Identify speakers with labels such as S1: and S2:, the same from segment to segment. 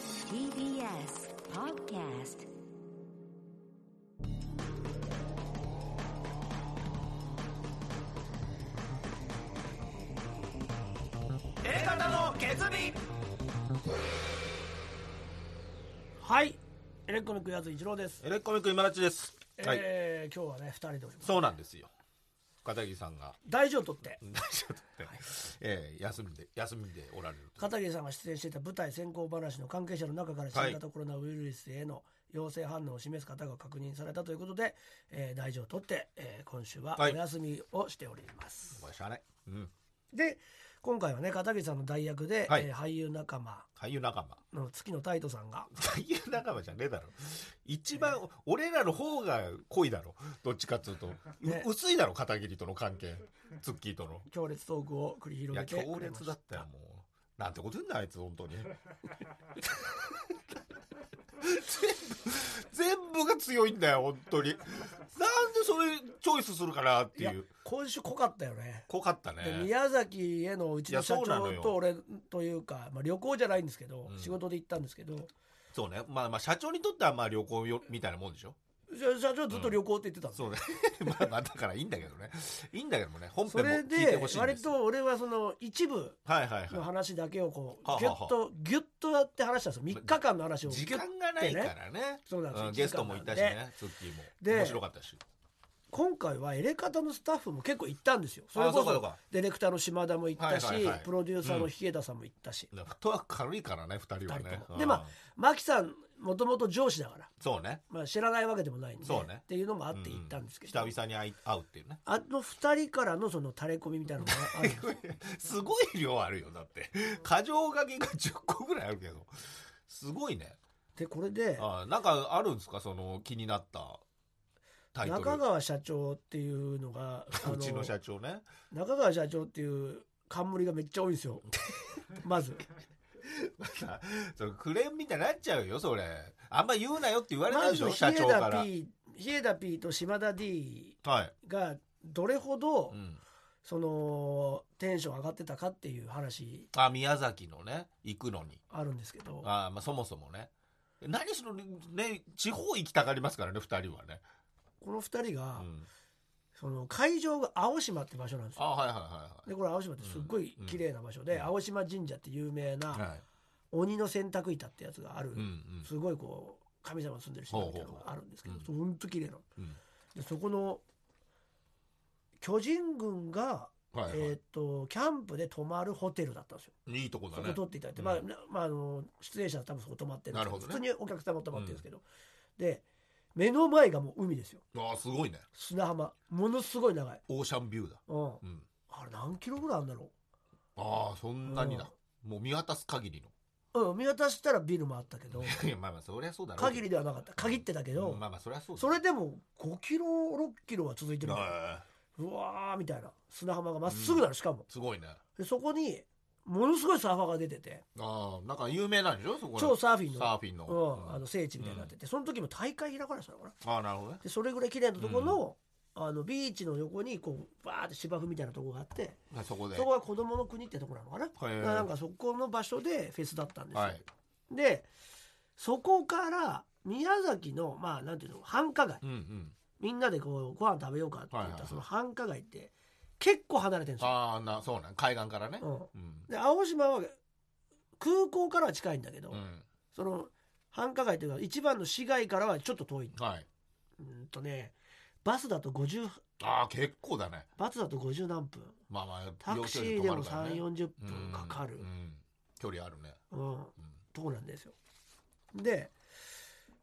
S1: TBS Podcast
S2: 方の決意
S3: はい。エレコミックやつ一郎です。
S2: エレコミック今立ちです、はい
S3: えー、今日はね、二人でおります。
S2: そうなんですよ片桐さんが
S3: 大事を取って、
S2: 大丈夫って、えー休んで休みでおられると
S3: 片桐さんが出演していた舞台先行話の関係者の中から新型コロナウイルスへの陽性反応を示す方が確認されたということで、えー大事を取って、えー今週はお
S2: はい
S3: 休みをしております。
S2: これしゃあない、うん、
S3: で、今回はね、片桐さんの代役で、
S2: はい
S3: えー俳優仲間
S2: 俳優仲間
S3: の月野太斗さんが、
S2: 俳優仲間じゃねえだろ一番、俺らの方が濃いだろどっちかっつうと、う
S3: ね
S2: 薄いだろ片桐との関係ツッキーとの
S3: 強烈トークを繰り
S2: い
S3: 広
S2: や
S3: げて
S2: 強
S3: くれま
S2: 烈
S3: し
S2: だ
S3: た
S2: っ。たよもうなんてこと言うんだあいつ本当に 全部全部が強いんだよ本当になんでそれチョイスするかなって
S3: いや
S2: いう、
S3: 今週濃かったよね。
S2: 濃かった
S3: で
S2: ね
S3: 宮崎へのうちの社
S2: いやそうなの
S3: 長
S2: よ
S3: と俺というか、まあ、旅行じゃないんですけど、
S2: うん
S3: 仕事で行ったんですけど
S2: そうねまあまあ社長にとってはまあ旅行よみたいなもんでしょ
S3: 社社長ずっと旅行って言ってたんですよ、
S2: そうね まあまあだからいいんだけどねいいんだけどもね本
S3: そ
S2: 編も
S3: れ
S2: 聞いて
S3: で
S2: ほしいんで
S3: 割
S2: す
S3: と俺はその一部
S2: はいはい
S3: の
S2: は
S3: 話だけをこう
S2: はあ
S3: ギュ
S2: はあは
S3: ッ
S2: あ
S3: とギュッとやって話したんですよ3日間の話を
S2: い
S3: ギ
S2: 時
S3: ュッ
S2: 間がないからね
S3: そうなんですよ
S2: ゲストもいたし
S3: 時間
S2: ねツッキーも
S3: で
S2: 面白かったし
S3: 今回はエレカタのスタッフも結構行ったんですよそれこ
S2: あそうかそう
S3: そ
S2: か
S3: ディレクターの島田も行ったし、
S2: はいはいはい
S3: プロデューサーの日枝さんも行ったし、
S2: フットワーク軽いからね二人
S3: 二
S2: は
S3: 人
S2: ね
S3: ともでまあ
S2: うん
S3: 牧さんもともと上司だから、
S2: そうね
S3: まあ、知らないわけでもないんで、
S2: そうね
S3: っていうのもあって行ったんですけど、
S2: うん久々に会い会うっていうね
S3: あの二人からのその垂れ込みみたいなのがあるんです よ
S2: すごい量あるよだって過剰書きが10個ぐらいあるけどすごいね
S3: でこれで
S2: あなんかあるんですかその気になったタイトル
S3: 中川社長っていうのがあ
S2: うちの
S3: の
S2: 社長ね
S3: 中川社長っていう冠がめっちゃ多いんです よまず
S2: さそのクレームみたいになっちゃうよそれあんま言うなよって言われた
S3: ま
S2: でし
S3: ず
S2: ょ
S3: 日
S2: 社長か
S3: 枝
S2: ら
S3: P 日枝 P と島田 D
S2: はい、
S3: がどれほど
S2: うん、
S3: そのテンション上がってたかっていう話
S2: あ宮崎のね行くのに
S3: あるんですけど
S2: あまあそもそもね何しろね地方行きたがりますからね二人はね、
S3: この二人
S2: う
S3: が
S2: ん、
S3: その会場が青島って場所なんです
S2: あ
S3: よ
S2: はいはいはい
S3: でこれ青島ってすっごい綺麗な場所
S2: う
S3: で
S2: ん
S3: 青島神社って有名な、
S2: はいはい
S3: 鬼の洗濯板ってやつがある、
S2: うんうん
S3: すごいこう神様の住んでる島みたいなのがあるんですけど
S2: ほうほ
S3: ほんと綺麗なの
S2: うん
S3: でそこの巨人軍が、
S2: はいはい、
S3: えー、とキャンプで泊まるホテルだったんですよ、
S2: いいとこだ
S3: そ
S2: ね。
S3: こ取っていただいて、
S2: うん
S3: まあなまあ、あの出演者は多分そこ泊まってるんですけど
S2: なるほど
S3: 普通にお客様も泊まってるんですけど、で目の前がもう海ですよ
S2: ああ、すごいね。
S3: 砂浜ものすごい長い、
S2: オーシャンビューだ。
S3: うん、
S2: うん。
S3: あれ何キロぐらいあるんだろ
S2: ああ、そんなにだ。もう見渡す限りの。
S3: う、うん、見渡したらビルもあった けど
S2: いや、まあまあ、そりゃそうだろうけど。
S3: 限りではなかった限ってたけど、
S2: うんまあまあ、そりゃそうだ。
S3: それでも5キロ6キロは続いてる
S2: ああ
S3: うわーみたいな砂浜がまっすぐなのしかも、
S2: すごいね。
S3: でそこにものすごいサーファーが出てて
S2: ああ、なんか有名なんでしょそこら
S3: 超サーフィンの
S2: サーフィンの。
S3: うん
S2: うん
S3: あの聖地みたいになってて、その時も大会開かれてたのかな
S2: ああ、なるほどね。
S3: でそれぐらい綺麗なところの,、あのビーチの横にこうバーって芝生みたいなとこがあって
S2: あそこで。
S3: そこは子どもの国ってとこなのかな、
S2: へえ
S3: なんかそこの場所でフェスだったんですよ、
S2: はい。
S3: でそこから宮崎のまあなんていうの繁華街
S2: うんうん。
S3: みんなでこうご飯食べようかって言っ
S2: はいはい
S3: た
S2: はい
S3: その繁華街って結構離れてるんですよ、
S2: ああ、な、そうなん。海岸からね。
S3: うん、
S2: うん。
S3: で青島は空港からは近いんだけど、
S2: うん。
S3: その繁華街というか一番の市街からはちょっと遠い
S2: はい。
S3: うんとねバスだと50
S2: ああ、結構だね。
S3: バスだと50何分
S2: まあまあ、
S3: タクシーでも3 4 0分かかる
S2: う、ん。距離あるね。
S3: うん
S2: うん。
S3: とこなんですよで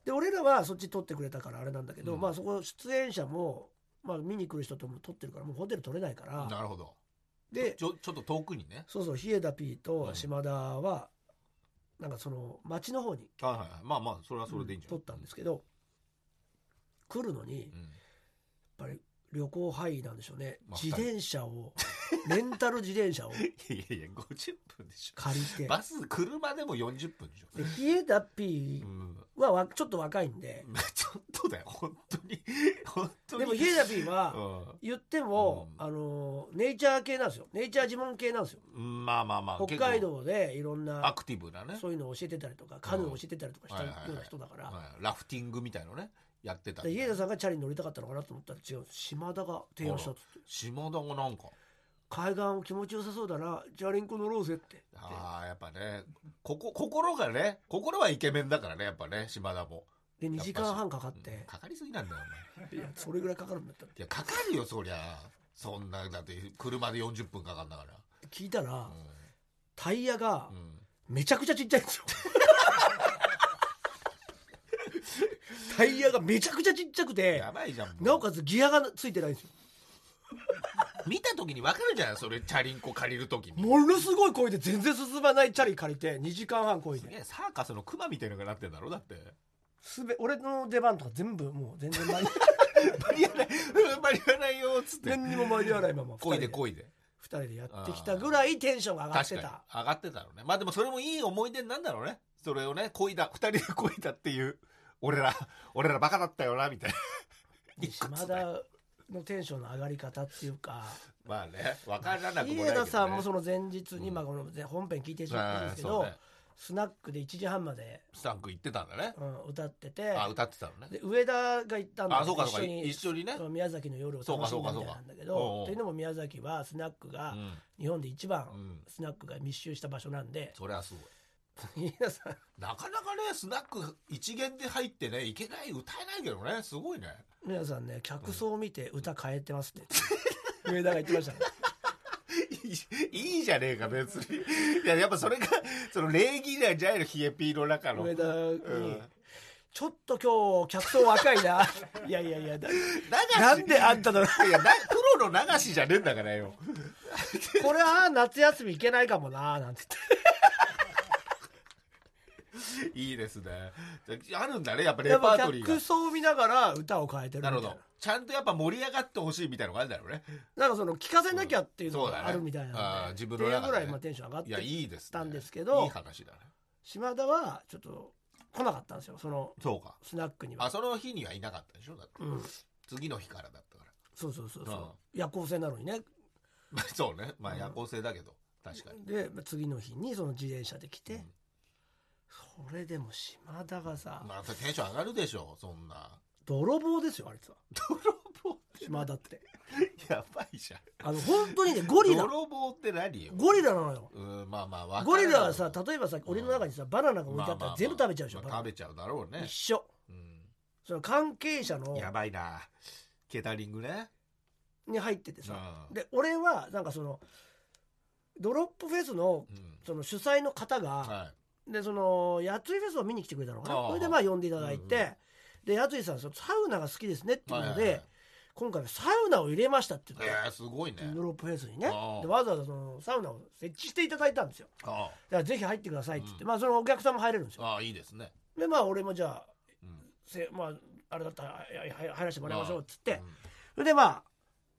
S3: で俺らはそっち撮ってくれたからあれなんだけど、
S2: うん
S3: まあそこ出演者も、まあ、見に来る人とも撮ってるからもうホテル取れないから
S2: なるほど。
S3: で
S2: ちょ、ちょっと遠くにね。
S3: そうそう日枝 P
S2: う
S3: と
S2: ん
S3: 島田は、なんかその町の方に
S2: はいはいはい。まあまあ、それはそれでいいんじゃない
S3: 撮ったんですけど来るのに、
S2: うん
S3: やっぱり旅行範囲なんでしょうね
S2: まあ
S3: 自転車をレンタル自転車を
S2: いやいや、50分でし
S3: 借り
S2: ょ。
S3: て
S2: バス、車でも40分でしょ。
S3: でピエダピ
S2: うん。
S3: ーはわちょっと若いんで
S2: ちょっとだよ、本当に。本当に。
S3: でもピエダピーは、
S2: う
S3: 言っても、
S2: うん
S3: あのネイチャー系なんですよネイチャー呪文系なんですよ
S2: ん。まあまあまあ。
S3: 北海
S2: 結
S3: 道でいろん
S2: 構ア
S3: な
S2: クティブなね。
S3: そういうのを教えてたりとかカヌーを教えてたりとかした
S2: はい
S3: よ
S2: はいはいう
S3: な人だから、
S2: はいラフティングみたいのね、やってた。
S3: で家田さんがチャリに乗りたかったのかなと思ったら違う島田が提案したっつって
S2: 島田がなんか。
S3: 海岸を気持ちよさそうだなじゃあリンコ乗ろうぜって
S2: ああ、やっぱね。ここ、心がね、心はイケメンだからね、やっぱね、島田も。
S3: で2時間半かかっ
S2: うん
S3: て
S2: かかりすぎなんだよ、お
S3: い
S2: 前。
S3: やそれぐらいかかるんだったって
S2: いや、かかるよ、そりゃ。そんな、だって、車で40分かかんだから。
S3: 聞いたら
S2: う
S3: タイヤが
S2: んうん。
S3: めちゃくちゃちっちゃいん ですよタイヤがめちゃくちゃちっちゃくて
S2: やばいじゃん。もう
S3: なおかつギアがついてないんですよ
S2: 見た時に分かるじゃん、それ、チャリンコ借りる時に。
S3: ものすごい声で全然進まないチャリ借りて2時間半こい
S2: すげ
S3: で
S2: え、サーカスのクマみたいなのがなってんだろ、だって。
S3: すべ俺の出番とか全部もう全然間に
S2: 間に合わない、間に合わないよ、つって。
S3: 何にも間に合わないまま
S2: こい
S3: 二
S2: で
S3: 人
S2: こいで。
S3: 2人でやってきたぐらいテンションが上がって
S2: 確か
S3: た
S2: に。上がってたろうね。まあでもそれもいい思い出になんだろうね。それをね、こいだ、二人で こいだっていう。俺ら、俺らバカだったよな、みたいな。いくつ
S3: 島田のテンションの上がり方っていうか
S2: まあね、分からなくもないけど、ね。
S3: 家田さんもそ
S2: の、
S3: の前日に今この本編聞いてしまったんですけ
S2: そ
S3: ど
S2: うね
S3: スナックで1時半まで
S2: スタンク行ってたんだね。
S3: うん歌ってて
S2: あ、歌ってたのね。
S3: で上田が行ったんだ
S2: あ、そうかそうか、
S3: 一緒に
S2: 一緒にね。
S3: その宮崎の夜を楽しんだみたいなんだけ
S2: そうかそうかそうかおう
S3: ど
S2: おう
S3: というのも宮崎はスナックが
S2: うん
S3: 日本で一
S2: う
S3: 番
S2: ん。
S3: スナックが密集した場所なんで、
S2: それはすごい。
S3: 皆さん
S2: なかなかね、スナック一元で入ってね、いけない、歌えないけどね、すごいね。
S3: 皆さんね客層を見て歌変えてますね、上田が言ってましたね
S2: い いいいじゃねえか、別に。いや、やっぱそれが、その礼儀なんじゃないの、ヒエピーの中の。
S3: 上田に、
S2: うん
S3: ちょっと今日客層若いな いやいやいやだ
S2: 流
S3: なんであんたの
S2: いやなプロの流しじゃねえんだからよ
S3: これは夏休み行けないかもななんて
S2: いいですねあるんだねやっぱ
S3: 言
S2: レ
S3: って
S2: パ
S3: やっ
S2: ー
S3: ぱ
S2: トリーが
S3: 客層を見ながら歌を変えてるみた
S2: ないる
S3: な
S2: ほどちゃんとやっぱ盛り上がってほしいみたいなのがあるんだろうね
S3: なんかその聞かせなきゃっていうの
S2: そうだ
S3: が
S2: ね
S3: あるみたい
S2: あ
S3: な
S2: ー
S3: んで、
S2: 自分
S3: ってい
S2: の中で
S3: うぐらいまあテンション上がっ
S2: いや
S3: て
S2: いいです、ね、
S3: たんですけど
S2: いい話だね
S3: 島田はちょっと来なかったんですよその
S2: そうか
S3: スナックに
S2: あ
S3: は、
S2: その日にはいなかったでしょだって
S3: うん、
S2: 次の日からだったから
S3: そうそうそうそう、
S2: うん
S3: 夜行性なのにね
S2: まあ そうねまあ
S3: うん
S2: 夜行性だけど確かに
S3: で次の日にその自転車で来て、
S2: うん
S3: それでも島田がさ、
S2: まあテンション上がるでしょそんな
S3: 泥棒ですよあいつは
S2: 泥棒
S3: 島田って
S2: やばいじゃん
S3: あの本当にねゴリラ
S2: 泥棒って何よ
S3: ゴリラなのよ
S2: うんまあまあわからん
S3: ゴリラはさ例えばさ檻の中にさバナナが置いてあったら全部食べちゃうでしょ、
S2: まあ食
S3: バ
S2: べちゃうだろう
S3: ナナ
S2: ね
S3: 一、緒
S2: う
S3: その関係者の
S2: ん、やばいなケータリングね
S3: に入っててさ
S2: さ
S3: で俺はなんかそのドロップフェスの
S2: うん
S3: その主催の方が、
S2: は
S3: でそのやついフェスを見に来てくれたのかな
S2: ああ
S3: それでまあ呼んでいただいて、
S2: うんうん
S3: でやついさんそのサウナが好きですねって
S2: い
S3: いう
S2: はい
S3: ので、
S2: はいはい
S3: 今回はサウナを入れましたって言って、
S2: えー、すごいね
S3: ヨーロッパフェスにね
S2: ああ
S3: でわざわざそのサウナを設置していただいたんですよ
S2: あ
S3: だからぜひ入ってくださいって言って、
S2: う
S3: まあそのお客さんも入れるんです
S2: あ
S3: よ
S2: ああいいですね、
S3: でまあ俺もじゃあ
S2: うん、
S3: せまああれだったらはいはい入らせてもらいましょうっつっ
S2: う
S3: て、
S2: ん
S3: それでまあ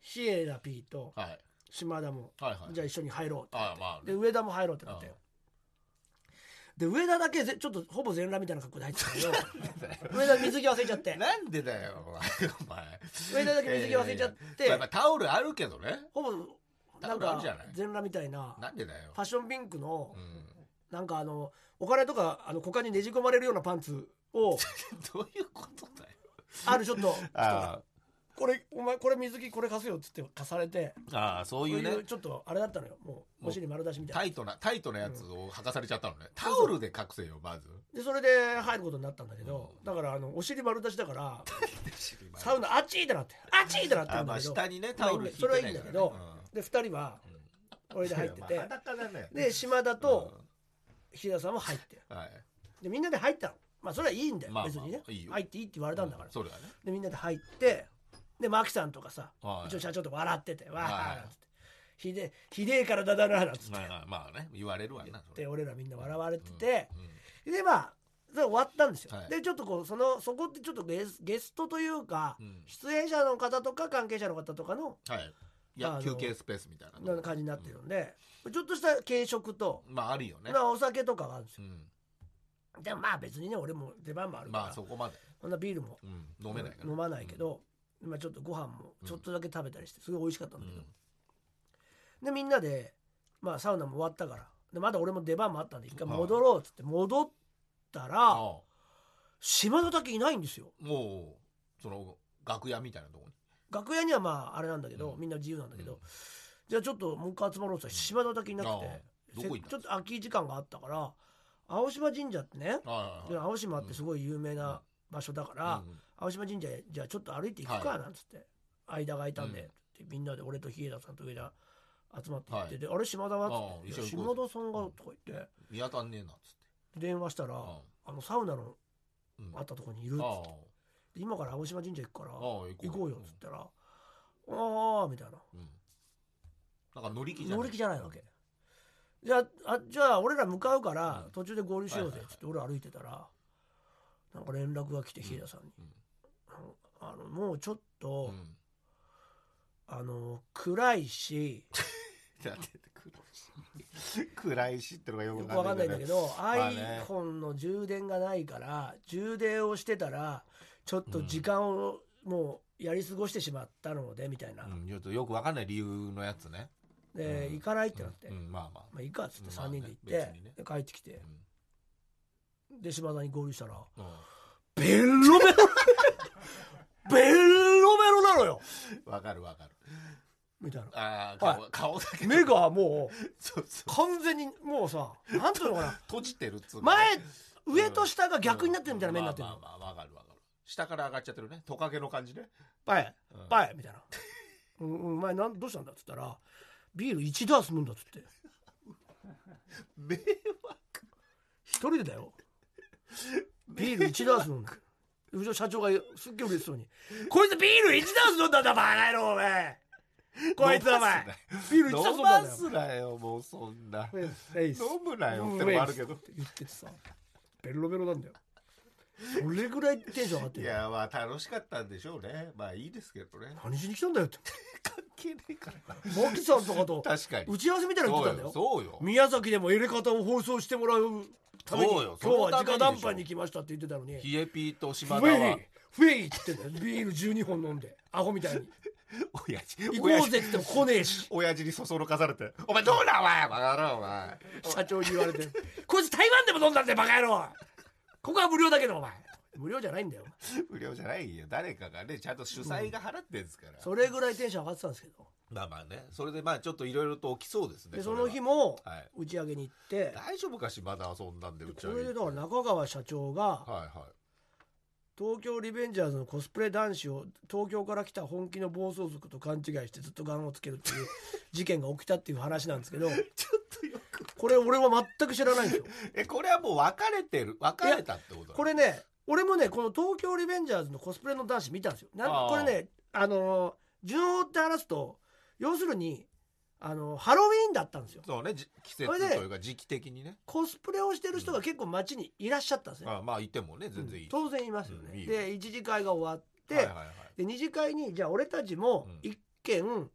S3: ヒエラ P と
S2: はい
S3: 島田も、
S2: はいはい
S3: じゃあ一緒に入ろうってなって
S2: ああまあ
S3: で上田も入ろうってなって
S2: ああ
S3: で上田だけぜちょっとほぼ全裸みたいな格好で入ってた けど上田水着忘れちゃって
S2: なんでだよお前お前
S3: 上田だけ水着忘れちゃっ
S2: いやいやいやまあまあ
S3: て
S2: タオルあるけどね
S3: ほぼなん
S2: タオルあ
S3: か
S2: るじゃない
S3: 全裸みたいな
S2: なんでだよ
S3: ファッションピンクの
S2: うん、
S3: なんかあのお金とかあの股間にねじ込まれるようなパンツを
S2: どういうことだよ
S3: あるちょっと人が
S2: あ
S3: これお前これ水着これ貸すよっつって貸されて
S2: あああそう
S3: そう
S2: いうね
S3: いうちょっとあれだったのよもうお尻丸出しみた
S2: タ
S3: い
S2: イトなタイトなやつを履かされちゃったのね、タオルで隠せよまず
S3: なでそれで入ることになったんだけどだからあのお尻丸出しだから サウナあっちーってなってあっちーってなってる
S2: あ
S3: ん
S2: ま
S3: だ
S2: あ
S3: けど
S2: 下にねタオル引いて
S3: そ
S2: な
S3: れはいいい
S2: から
S3: んだけ
S2: ね
S3: ど
S2: うん
S3: で2人はこれで入って
S2: いや
S3: て
S2: まあ裸だね
S3: で島田と日田さんも入って
S2: うんはい
S3: でみんなで入ったのまあそれはいいんだよ
S2: まあまあ
S3: 別にね
S2: いいよ
S3: 入っていいって言われたんだから
S2: そうだよね
S3: でみんなで入ってでマキさんとかさ
S2: はいう
S3: ちの社長とか笑っててわ
S2: は
S3: ー
S2: い
S3: なんつってひでひでえ体だななんつっ
S2: まあまあまあね言われるわなそれ
S3: て俺らみんな笑われてて
S2: うん
S3: でまあそれ終わったんですよ、
S2: はい
S3: でちょっとこうそのそこってちょっとゲスゲストというか、
S2: うん
S3: 出演者の方とか関係者の方とかの
S2: はい。い
S3: あ
S2: や
S3: の
S2: 休憩スペースみたいな
S3: な
S2: の
S3: 感じになってるんで、ちょっとした軽食と、
S2: まああるよね。
S3: なお酒とかがあるんです
S2: う
S3: よ
S2: ん。
S3: でもまあ別にね俺も出番もあるから、
S2: まあそこまで、
S3: こんなビールも
S2: うん、飲めないから。
S3: 飲まないけど、まあちょっとご飯もちょっとだけ食べたりしてすごい美味しかったん
S2: うん。
S3: だ
S2: う
S3: けど、
S2: ん
S3: でみんなで、まあ、サウナも終わったからでまだ俺も出番もあったんで一回戻ろうっつって戻った
S2: ああ
S3: ら島の滝いないんですよ
S2: もうその楽屋みたいなところに。
S3: 楽屋にはまああれなんだけど、
S2: うん
S3: みんな自由なんだけど、
S2: うん
S3: じゃあちょっともう一回集まろうって言ったら島の滝いなくて、
S2: うんああどこ行ったんです
S3: せ
S2: か
S3: ちょっと空き時間があったから青島神社ってね、
S2: あ
S3: で青島ってすごい有名な場所だから、
S2: あ。うん
S3: 青島神社へじゃあちょっと歩いていく
S2: は
S3: か
S2: い
S3: なんつって、間が空いたんで、
S2: うん
S3: ってみんなで俺と日枝さんと上田集まって行って、
S2: はい
S3: であれ島田はっつっ
S2: ああ
S3: ていや
S2: 一緒
S3: 島
S2: に行こ
S3: 田さんがとか言って
S2: 見当たんねえなっつって。
S3: 電話したら、
S2: あ
S3: あのサウナの
S2: あ。うん
S3: あったとこにいるっつっ
S2: あ
S3: てで今から青島神社行くから
S2: あああ
S3: 行
S2: 行こう
S3: こうよっつったら、ああみたいな
S2: うんなんか乗り気じゃない
S3: 乗り気じゃないわけじゃああじゃあ俺ら向かうから
S2: うん
S3: 途中で合流しよう
S2: はいはい
S3: ぜ
S2: はい
S3: っつって俺歩いてたらなんか連絡が来て日枝さんに、
S2: うんうん
S3: あのもうちょっ
S2: う
S3: と、
S2: ん
S3: あの暗いし
S2: だって暗いし暗いしってのがよ
S3: よ
S2: く
S3: くわかんないんだけど、
S2: まあね
S3: iPhone の充電がないから充電をしてたらちょっと時間をもうやり過ごしてしまったのでみたいな、
S2: うん、ちょっとよくわかんない理由のやつね。
S3: で、
S2: うん
S3: 行かないってなって、
S2: うんうんまあま
S3: まあいいかっつって
S2: う
S3: 3
S2: ん
S3: 人で行って、
S2: まあね別にね
S3: で帰ってきて
S2: あ。
S3: で島田に合流したら
S2: うんうん
S3: ベロベロベロベロなのよ
S2: わかるわかる。
S3: みたいな
S2: ああ、
S3: は
S2: 顔顔だけ。
S3: 目。がもう
S2: そうそう。
S3: 完全にもうさなんていうのかな
S2: 閉じてるっつうのね
S3: 前上と下が逆になってるみたいな目になってる
S2: まあ
S3: の、
S2: まあまあわかるわかる下から上がっちゃってるねトカゲの感じね、
S3: はい
S2: うん
S3: バイみたいな「うんうんお前なんどうしたんだ?」っつったら「ビール1ダース飲んだ」っつって
S2: 迷惑
S3: 「一人でだよビール1ダース飲んだ」うちの社長がすっげえ嬉しそうに「こいつビール1ダース飲んだんだバカ野郎お前こいつお前ビール1ダース飲んだ
S2: 飲ま
S3: んだよ
S2: すなよもうそんな
S3: フ
S2: 飲
S3: ェイスフェイス
S2: むなよ
S3: 飲
S2: っ
S3: む
S2: て
S3: フ
S2: のも
S3: ェ
S2: あ
S3: イ
S2: る
S3: ス
S2: け
S3: って
S2: ど
S3: 言っててさベロベロなんだよそれぐらいテンション上がって
S2: い
S3: る
S2: やまあ楽しかったんでしょうねまあいいですけどね
S3: 何しに来たんだよって
S2: 関係ないからな
S3: マキさんとかと
S2: 確かに
S3: 打ち合わせみたいなの来
S2: そ
S3: た
S2: うん
S3: だ
S2: よ
S3: よ
S2: そうよ
S3: 宮崎でも入れ方を放送してもらうために今
S2: そうよ
S3: 日は
S2: そのためにでし
S3: 直
S2: ょ
S3: 談判に来ましたって言ってたのにフ
S2: ヒエピーと島田
S3: ェ
S2: は
S3: イフェイって言ってんだよビール12本飲んでアホみ たいに
S2: 親父
S3: 行
S2: 親
S3: こう
S2: 父
S3: ぜって言っても来ねえし
S2: 親父にそそのかされて「お前どうだお前バカだお前
S3: 社長に言われてこいつ台湾でも飲んだんだよバカ野郎ここは無料だけどお前無料じゃないんだよ
S2: 無料じゃないよ誰かがねちゃんと主催が払ってんですから、
S3: それぐらいテンション上がってたんですけど
S2: まあまあねそれでまあちょっといろいろと起きそうですね
S3: でそ
S2: れは
S3: の日も
S2: はい
S3: 打ち上げに行って
S2: 大丈夫かしまだ遊んだんで打ち
S3: そ
S2: 上
S3: れ
S2: げ
S3: でだから中川社長が
S2: はいは
S3: 東京リベンジャーズのコスプレ男子を東京から来た本気の暴走族と勘違いしてずっとガンをつけるっていう事件が起きたっていう話なんですけど
S2: いちょっとよく
S3: これ俺は全く知らないん ですよ
S2: えこれはもう別れてる別れたってことだ
S3: これね俺もねこの東京リベンジャーズのコスプレの男子見たんですよな
S2: あ
S3: ん
S2: あ
S3: これねあのー順を追って話すと要するにあのーハロウィーンだったんですよ
S2: そうねじ季節
S3: ことれで
S2: いうか時期的にね
S3: コスプレをしてる人が結構街にいらっしゃったんですね、
S2: まあまあいてもね全然いい、
S3: 当然いますよね、
S2: うんいいよ
S3: で一次会が終わって、
S2: はいはいはい
S3: で二次会にじゃあ俺たちも
S2: うん
S3: 一軒、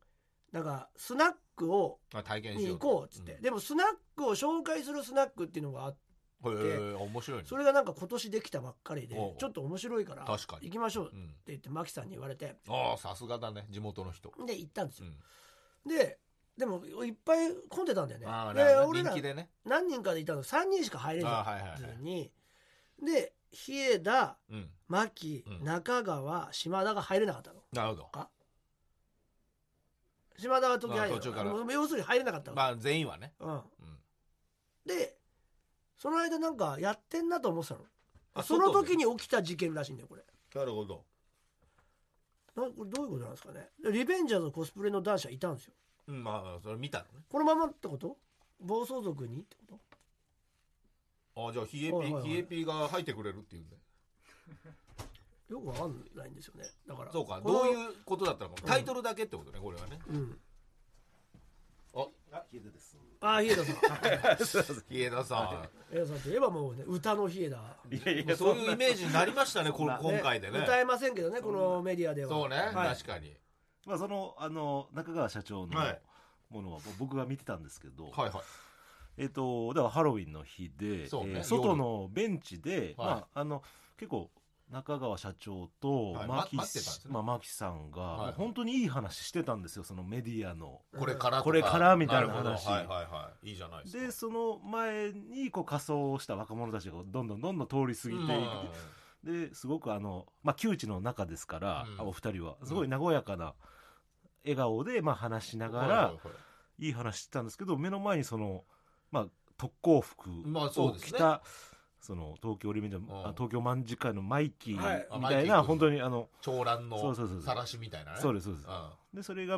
S3: なんかスナックを
S2: まあ、体験し
S3: に行
S2: よう
S3: こうっつって、でもスナックを紹介するスナックっていうのがあって
S2: と、うん、へえ面白いね
S3: それがなんか今年できたばっかりで
S2: おう
S3: ちょっと面白いから
S2: 確かに
S3: 行きましょうって
S2: うん、
S3: 言ってマキさんに言われて
S2: ああさすがだね地元の人、
S3: で行ったんです
S2: う
S3: よ、
S2: ん
S3: ででもいっぱい混んでたんだよね
S2: まあ
S3: で
S2: な
S3: 俺
S2: 人
S3: ら
S2: 気でね
S3: 何人かでいたの3人しか入れず
S2: ああはいはいはい、
S3: にで日枝
S2: うん、
S3: マキ
S2: うん
S3: 中川島田が入れなかったの
S2: なるほど
S3: 島田は時入れ
S2: ああ途中から
S3: ら要するに入れなかったの
S2: まあ全員はね、
S3: うん、
S2: うん
S3: でその間なんかやってんなと思ってたの
S2: あ
S3: その
S2: 外で
S3: 時に起きた事件らしいんだよこれ
S2: なるほど
S3: なこれどういうことなんですかねでリベンジャーズのコスプレの男子はいたんですよ
S2: うんまあそれ見たのね
S3: このままってこと暴走族にってこ
S2: あじゃあヒエピ、
S3: はいはいはい
S2: ヒエピが入ってくれるっていうね
S3: とよくわかんないんですよねだから
S2: そうか
S3: この
S2: どういうことだったのかタイトルだけってことねこれはね
S3: うん
S2: あ
S4: ヒエダです。
S3: ああ、ヒエダ さん。
S2: ヒエダさ
S3: ヒエダさんといえばもうね、歌のヒエダ。
S4: いやい
S2: ん。そういうイメージになりましたね、こ
S4: そんな
S2: 今回でね。
S3: 歌えませんけどね、このメディアでは。
S2: そうね、
S3: はい
S2: 確かに。
S4: まあそのあの中川社長の
S2: はい
S4: ものは僕が見てたんですけど、
S2: はいはい。
S4: えっ、とだからハロウィンの日で、
S2: そうね
S4: えー外のベンチで、
S2: はい
S4: まああの結構中川社長と
S2: はい
S4: マキ,、
S2: ま待ってたんですね
S4: まあ、マキさんが、
S2: はい
S4: もう本当にいい話してたんですよそのメディアの。
S2: これからとか
S4: これからみたいな
S2: るほ
S4: 話
S2: どはいはいはい。いいじゃないですか。
S4: でその前にこう仮装をした若者たちがどんどんどんどん通り過ぎていく、ですごくあの、まあ、窮地の中ですから、
S2: うん
S4: お二人はすごい和やかな笑顔で、まあ、話しながら、
S2: うん
S4: いい話してたんですけど目の前にその、まあ、特攻服
S2: まあそう
S4: を
S2: です
S4: 着
S2: ね
S4: た、その東京オリンピック
S2: ん
S4: あ東京卍会のマイキー
S3: はい
S4: みたい
S2: あマイキー
S4: な、
S2: 君
S4: 本当にあの
S2: 長蘭の
S4: そうそうそうそう
S2: 晒しみたいなね。
S4: そうですそうです
S2: う
S4: でそれが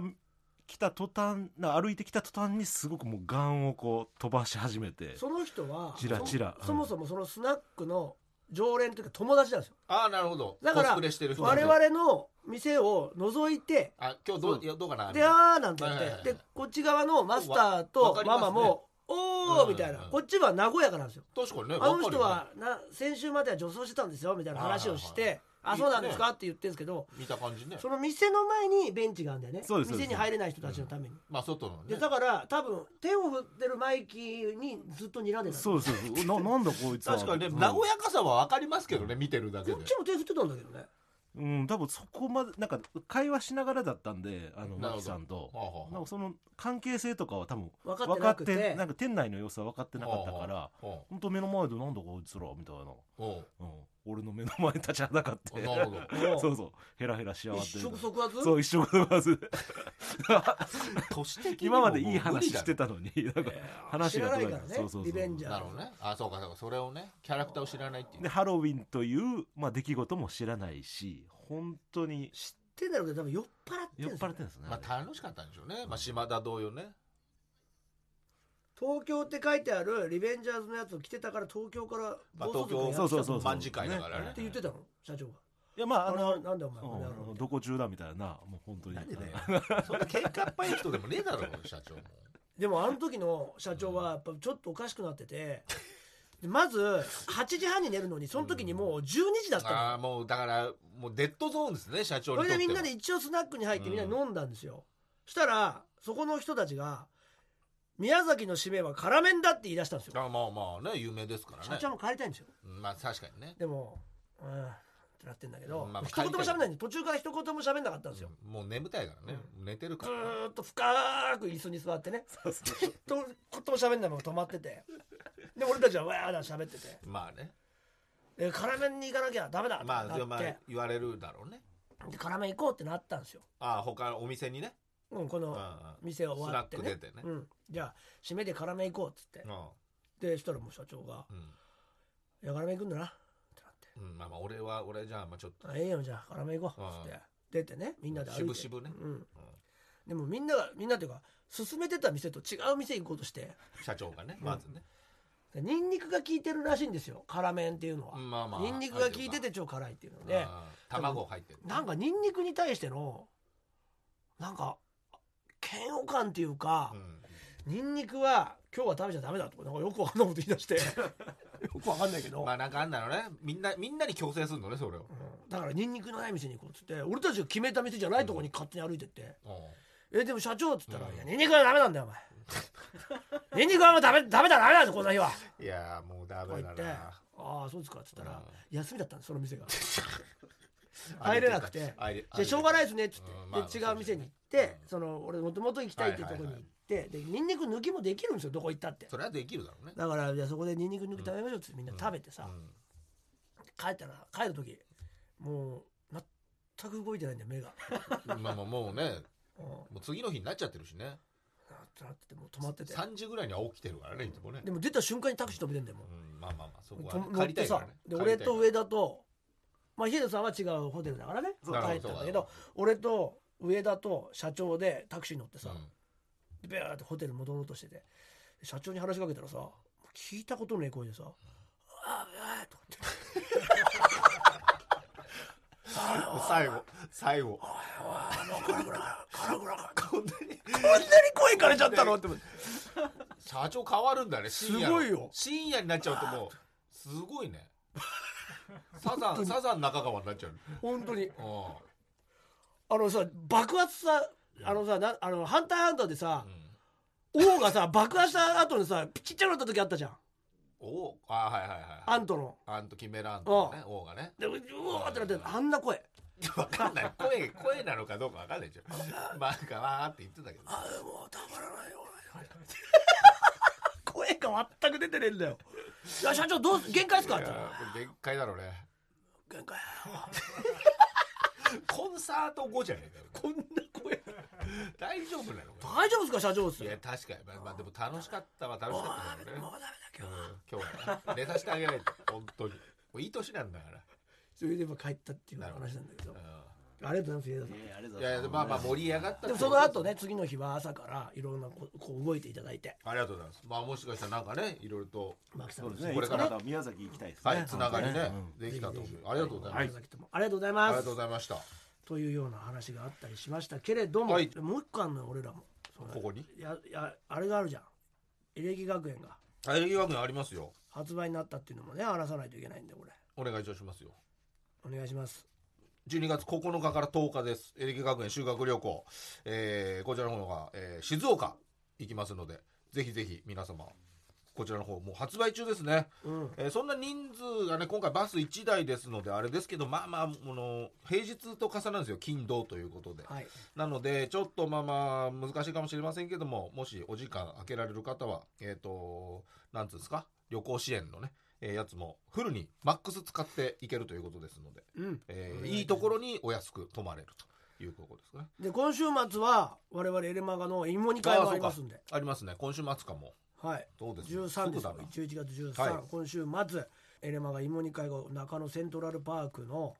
S4: 来た途端な歩いてきた途端にすごくもうガンをこう飛ばし始めて
S3: その人は、
S4: チラチラ
S3: そそもそもそのスナックの常連というか友達なんですよ。
S2: んああ、なるほど。
S3: だから
S2: コスプレしてる人
S3: 我々の店を覗いて、
S2: あ、今日ど
S4: そう
S2: ういやどうかなみたい
S3: で、
S2: な
S3: あーなんて言っ
S2: はいはいはい
S3: て、で、こっち側のマスター
S2: わわ
S3: と
S2: かりま
S3: マ
S2: すね
S3: マも、お
S2: う
S3: ー
S2: ん
S3: みたいな
S2: うん。
S3: こっちは和やかなんですよ。
S2: 確かにね。
S3: あの
S2: わかる
S3: 人
S2: よね
S3: は、な先週までは女装してたんですよみたいな話をし
S2: はい
S3: て、
S2: はい
S3: あ、
S2: はい
S3: そうなんで
S2: いいですすね
S3: かって言ってるんですけど、
S2: 見た感じね。
S3: その店の前にベンチがあるんだよね。
S4: そうです
S3: 店に
S4: そうです
S3: 入れない人たちのために。
S2: まあ外の
S3: で、
S2: ね。
S3: だから、多分、手を振ってるマイキーにずっと睨んでた。
S4: そうそうそうななんだこいつは
S2: 確かにね、
S4: うん
S2: 和やかさはわかりますけどね、見てるだけで
S3: こっ。ちも手振ってたんだけどね。
S4: うん多分そこまでなんか会話しながらだったんであの
S2: なるほど
S4: マキさんと
S2: はあはあ
S4: なんかその関係性とかは多分
S3: 分かって
S4: 分
S3: な
S4: かっ
S3: くて。
S4: てなんか店内の様子は分かってなかったから、
S2: うんうん
S4: 本当目の前でなんだこいつらみたいな、
S2: うん
S4: うん、俺の目の前に立ちはだかって
S2: なる ほど。
S3: もう
S4: そうそうヘラヘラしやがって
S3: 一触即発
S4: そう一緒でまず
S2: 都市的にも
S4: 今までいい
S2: もう無理
S4: 話
S2: だろ
S4: してたのになんか話
S3: 知ら
S4: が
S3: ない
S4: どう
S3: か
S4: や
S3: ら
S4: ら
S3: ね
S4: そうそうそ
S3: リベンジ
S4: う
S3: ャー
S2: なるほどね。あ、そうか、そうか、それをね、キャラクターを知らないっていう
S4: で。ハロウィンという、まあ、出来事も知らないし本当に
S3: 知ってんだろうけど多分酔っ払って
S4: 酔
S3: ん
S4: っ
S3: です
S4: 払
S3: よ
S4: ってるんですね、
S2: まあ楽しかったんでしょうね。まあ島田同様ね。
S3: 東京って書いてあるリベンジャーズのやつを着てたから東京から
S2: まあ
S3: 暴走族がやってきた
S4: 東京そうそうそう
S2: 万事会だからね
S3: って。言ってたの社長が
S4: いやまあ
S3: あ
S4: あ
S3: の
S4: の
S3: なんでお前この野郎
S4: うんどこ中だみたいなもう本当に
S2: なんでだ よ。そんな喧嘩っぱい人でもねえだろ、社長も。
S3: でもあの時の社長はやっぱちょっとおかしくなっててでまず8時半に寝るのにその時にもう12時だったの
S2: ああ、もうだから、もうデッドゾーンですね、社長
S3: そ
S2: にと
S3: れ
S2: って
S3: でみ
S2: は。
S3: んなで一応スナックに入ってみんなで飲んだんですよ、したらそこの人たちが宮崎の締めは辛麺だって言い出したんですよ
S2: あまあまあね、有名ですからね。
S3: 社長も帰りたいんですよ
S2: うんまあ確かにね。
S3: でもうんってなってんだけど、
S2: まあ
S3: 一言も喋んないんで途中から一言も喋んなかったんですよ、
S2: もう眠たいからね。寝てるか
S3: ず
S2: らね。
S3: ーっと深く椅子に座ってね一言も喋んないまま止まっててで俺たちはわーだ喋ってて
S2: まあね。
S3: で辛麺に行かなきゃダメだって
S2: まあ、
S3: な
S2: ま
S3: っ
S2: あ
S3: て、
S2: 言われるだろうね。
S3: で辛麺行こうってなったんですよ、
S2: ああ、他のお店にね。
S3: うん、こ
S2: うんう
S3: の
S2: ん。
S3: 店終わってね
S2: スナック出てね
S3: うん、じゃあ締めで辛麺行こうっつってでそしたらもう社長が
S2: うん。
S3: 「いや辛麺行くんだな」ってなって
S2: うん。まあまあ、俺は、俺じゃあ、まあちょっと。
S3: あ「ええよじゃあ辛麺行こう」っつって出てねみんなで歩いて
S2: しぶしぶね
S3: うん、でもみんながみんなっていうか勧めてた店と違う店行こうとして
S2: 社長がね、まずね。
S3: ニンニクが効いてるらしいんですよ辛麺っていうのは、
S2: まあまあ
S3: ニンニクが効いてて超辛いっていうので
S2: あー卵入ってる。
S3: なんかニンニクに対してのなんか嫌悪感っていうか、
S2: うん
S3: ニンニクは今日は食べちゃダメだとかなんかよくわかんないこと言い出して よくわかんないけど、
S2: まあなんかあんだろうね。みんな、みんなに強制するのね、それを。
S3: うんだからニンニクのない店に行こうっつって俺たちが決めた店じゃないとこに勝手に歩いてって、えでも社長っつったら「
S2: うん
S3: いやニンニクはダメなんだよお 前ニンニクはもうダメダメだダメだぞこんな日は」
S2: いやー、もうダ
S3: とか
S2: メ
S3: 言っ
S2: だ
S3: て
S2: な。
S3: 「ああそうですか」っつったら、
S2: うん
S3: 休みだったんですその店 が入れなくて
S2: 入れ入れ
S3: じゃあしょうがないですねっつって、
S2: うんまあ
S3: で違う店に行っ
S2: そう
S3: て
S2: ですねうん
S3: その俺もともと行きたいっていうところに行って、でニンニク抜きもできるんですよどこ行ったって
S2: それはできるだろうね。
S3: だからじゃあそこでニンニク抜き食べましょうっつってみんな食べてさ、
S2: うん
S3: 帰ったら帰る時もう全く動いてないんだよ目が、
S2: まあまあもうね、
S3: うん、
S2: もう次の日になっちゃってるしね。
S3: なってなっててもう止まってて
S2: 3時ぐらいには起きてるからね、いつもね。
S3: でも出た瞬間にタクシー飛び出んだよもう
S2: うんまあまあまあ、そこは
S3: と
S2: ね
S3: 乗っ
S2: 借りた
S3: て
S2: いか
S3: さ、
S2: らね。
S3: で俺と上
S2: 田
S3: 田とまあヒデさんは違うホテルだからね帰
S2: そうなるほど
S3: ったんだ
S2: そ
S3: け
S2: うだ
S3: ど
S2: よ
S3: 俺と上田と社長でタクシーに乗ってさ
S2: さ、
S3: ビャーってホテル戻ろうとしてて社長に話しかけたらさ聞いたことない声でさ「ああとかって
S2: 最後最後
S3: カラクラカラクラ
S2: こんなに
S3: こんなに声かれちゃったのって思って
S2: 社長変わるんだね深夜
S3: すごいよ
S2: 深夜になっちゃうともうすごいねサザンサザン中川になっちゃう
S3: 本当に
S2: う
S3: あのさ爆発さあのさなあのハンターハンターでさ
S2: ん、うん
S3: 王がさ爆破した後にさちっちゃくなった時あったじゃん
S2: おうあはいはいはい
S3: アントの
S2: アンとキメラアンとね王がね
S3: でううわーってなってあんな声
S2: 分かんない声声なのかどうか分かんないじゃんまあかわーって言ってたけど
S3: あーもうたまらない よ声が全く出てねえんだよいや社長どうす限界ですかっ
S2: い
S3: て
S2: やこれ限界だろうね
S3: 限界
S2: コンサート後じゃねえかよ
S3: こんな声
S2: 大丈夫なのか
S3: 大丈夫ですか社長っす
S2: いや確かにまあ、まあ、でも楽しかったは楽しかったんだろうね
S3: もうダメだ今日
S2: 今日はね寝させてあげないと本当にもういい年なんだから
S3: それでも帰ったっていう話なんだけどありがとうございます家田
S4: やあ
S2: う
S4: りがとう
S2: んい
S4: ござ
S2: やいや
S4: います
S2: まあまあ盛り上がった
S3: さんでもその後ね次の日は朝からいろんなここう動いていただいて
S2: ありがとうございますまあもしかしたらなんかねいろいろと
S3: 牧さん
S4: そう
S3: も
S4: ですね
S2: こ
S4: こ
S2: れ
S4: れ
S2: か
S4: からら宮崎行きたいですね
S2: はいつながりね
S4: うん
S2: できたと思う
S3: ぜひぜひ
S2: ありがとうございます、
S3: 宮崎ともありがとうございま
S2: あ
S3: す
S2: りがとうございました
S3: というような話があったりしましたけれども、
S2: はい
S3: もう一個あんのよ俺らもその
S2: ここに
S3: ややあれがあるじゃんエレキ学園が
S2: 大陸学園ありますよ
S3: 発売になったっていうのもね話さないといけないんでこれ
S2: お願いいたしますよ
S3: お願いします
S2: 12月9日から10日です。エレキ学園修学旅行。えーこちらの方が、えー静岡行きますので、ぜひぜひ皆様、こちらの方、もう発売中ですね。
S3: うん
S2: えーそんな人数がね、今回バス1台ですので、あれですけど、まあまあ、この、平日と重なるんですよ。金、土ということで。
S3: はい
S2: なので、ちょっとまあまあ、難しいかもしれませんけども、もしお時間空けられる方は、えっ、と、なんつうんですか、旅行支援のね、えーやつも、フルにマックス使っていけるということですので。
S3: うん
S2: え
S3: お願いしま
S2: ー
S3: す
S2: いいところにお安く泊まれるということですね。
S3: で今週末は我々エレマガの芋煮会もありますんで
S2: ありますね。今週末かも。
S3: はい
S2: どうです
S3: 13です
S2: す
S3: よ
S2: ぐだな
S3: 11月13、
S2: はい
S3: 今週末エレマガ芋煮会が中野セントラルパークの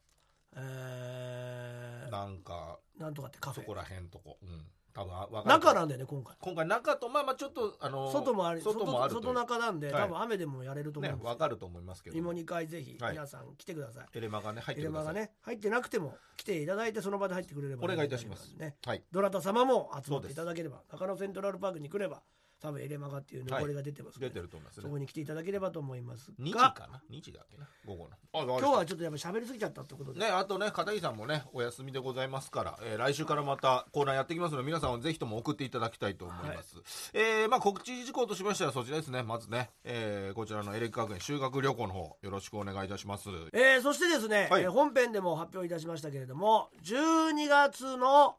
S3: えーな
S2: なんか、
S3: んとかってカフ
S2: そこ
S3: ェ
S2: らへんとこ。うん。多分、わかる。
S3: 中なんだよね今回
S2: 今回中と、まあまあちょっと、あのー、
S3: 外もあり
S2: 外もあると
S3: 外
S2: いう
S3: 外中なんで、
S2: はい
S3: 多分雨でもやれると思う
S2: ね
S3: ん、です
S2: わかると思いますけ
S3: け
S2: ど。
S3: ど芋煮会ぜひ
S2: はい
S3: 皆さん来てください、
S2: エレマがね、入っ
S3: エ
S2: て
S3: レ
S2: く
S3: マ
S2: ださ
S3: が
S2: い。
S3: ね入ってなくても来ていただいてその場で入ってくれれば
S2: お願いいたします
S3: ね
S2: はい。
S3: どなた様も集まっ
S2: そう
S3: て
S2: で
S3: い
S2: す
S3: ただければ中野セントラルパークに来れば多分エレマガっていう残りが出てますので、
S2: 出てると思います
S3: そこ
S2: ね。
S3: に来ていただければと思います
S2: 2時
S3: が
S2: かな ?2 時だっけな午後の。あ、今
S3: 今日はちょっとやっぱ喋りすぎちゃったってことで、
S2: ね、あとね、片桐さんもね、お休みでございますから、えー来週からまたコーナーやってきますので、皆さんをぜひとも送っていただきたいと思います。えーまあ告知事項としましてはそちらですね。まずね、えーこちらのエレキ学園修学旅行の方、よろしくお願いいたします。
S3: えーそしてですね、
S2: はい
S3: えー本編でも発表いたしましたけれども12月の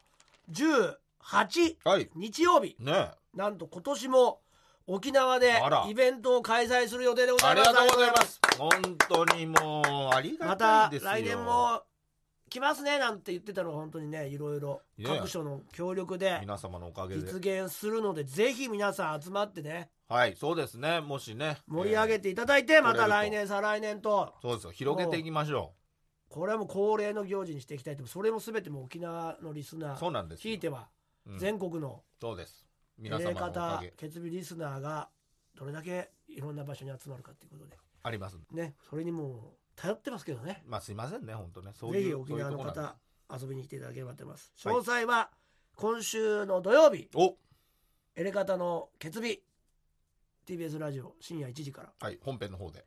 S3: 18
S2: はい。
S3: 日曜日
S2: ね
S3: なんと今年も沖縄で
S2: あら
S3: イベントを開催する予定でござ
S2: あ
S3: い
S2: り
S3: ま
S2: が
S3: す
S2: とうございます。本当にもう、あり
S3: ま
S2: がたい
S3: た
S2: ですよ。
S3: 来年。も来ますねなんて言ってたのが本当にねいろいろ
S2: いやいや
S3: 各所の協力で
S2: 皆様のおかげで
S3: 実。現するのでぜひ皆さん集まってね
S2: はい、そうですね。もしね。
S3: 盛り上げ
S2: て、
S3: ていただいてまた
S2: 取れると
S3: 来年再来年と
S2: そうですよ。広げていきましょ
S3: これはもう恒例の行事にしていきたいとそれも全てもう沖縄のリスナ
S2: う。そう
S3: ー
S2: なんですよ。
S3: ひいては
S2: うん
S3: 全国の
S2: そうです。
S3: エ
S2: 皆様
S3: レ
S2: のお
S3: 方
S2: かげ
S3: 決備リスナーがどれだけいろんな場所に集まるかということで
S2: あります。
S3: ねそれにもう頼ってますけどね
S2: まあすいませんね、本当ね。そう
S3: ぜ
S2: い
S3: ひ
S2: う
S3: 沖縄の
S2: そういうとこなん
S3: 方遊びに来ていただければと思います
S2: はい
S3: 詳細は今週の土曜日
S2: でお
S3: エレ方の決備 TBS ラジオ深夜1時から
S2: はい、本編の方で。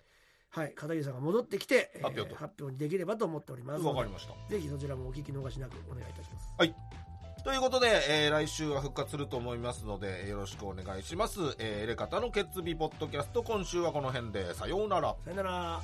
S3: はい片桐さんが戻ってきてえー
S2: 発表と
S3: 発表にできればと思っております
S2: わかりました。
S3: ぜひそちらもお聞き逃しなくお願いいたします
S2: ということで、えー来週は復活すると思いますので、えーよろしくお願いします。えー、エレカタのケツビポッドキャスト、今週はこの辺で、さようなら。
S3: さよなら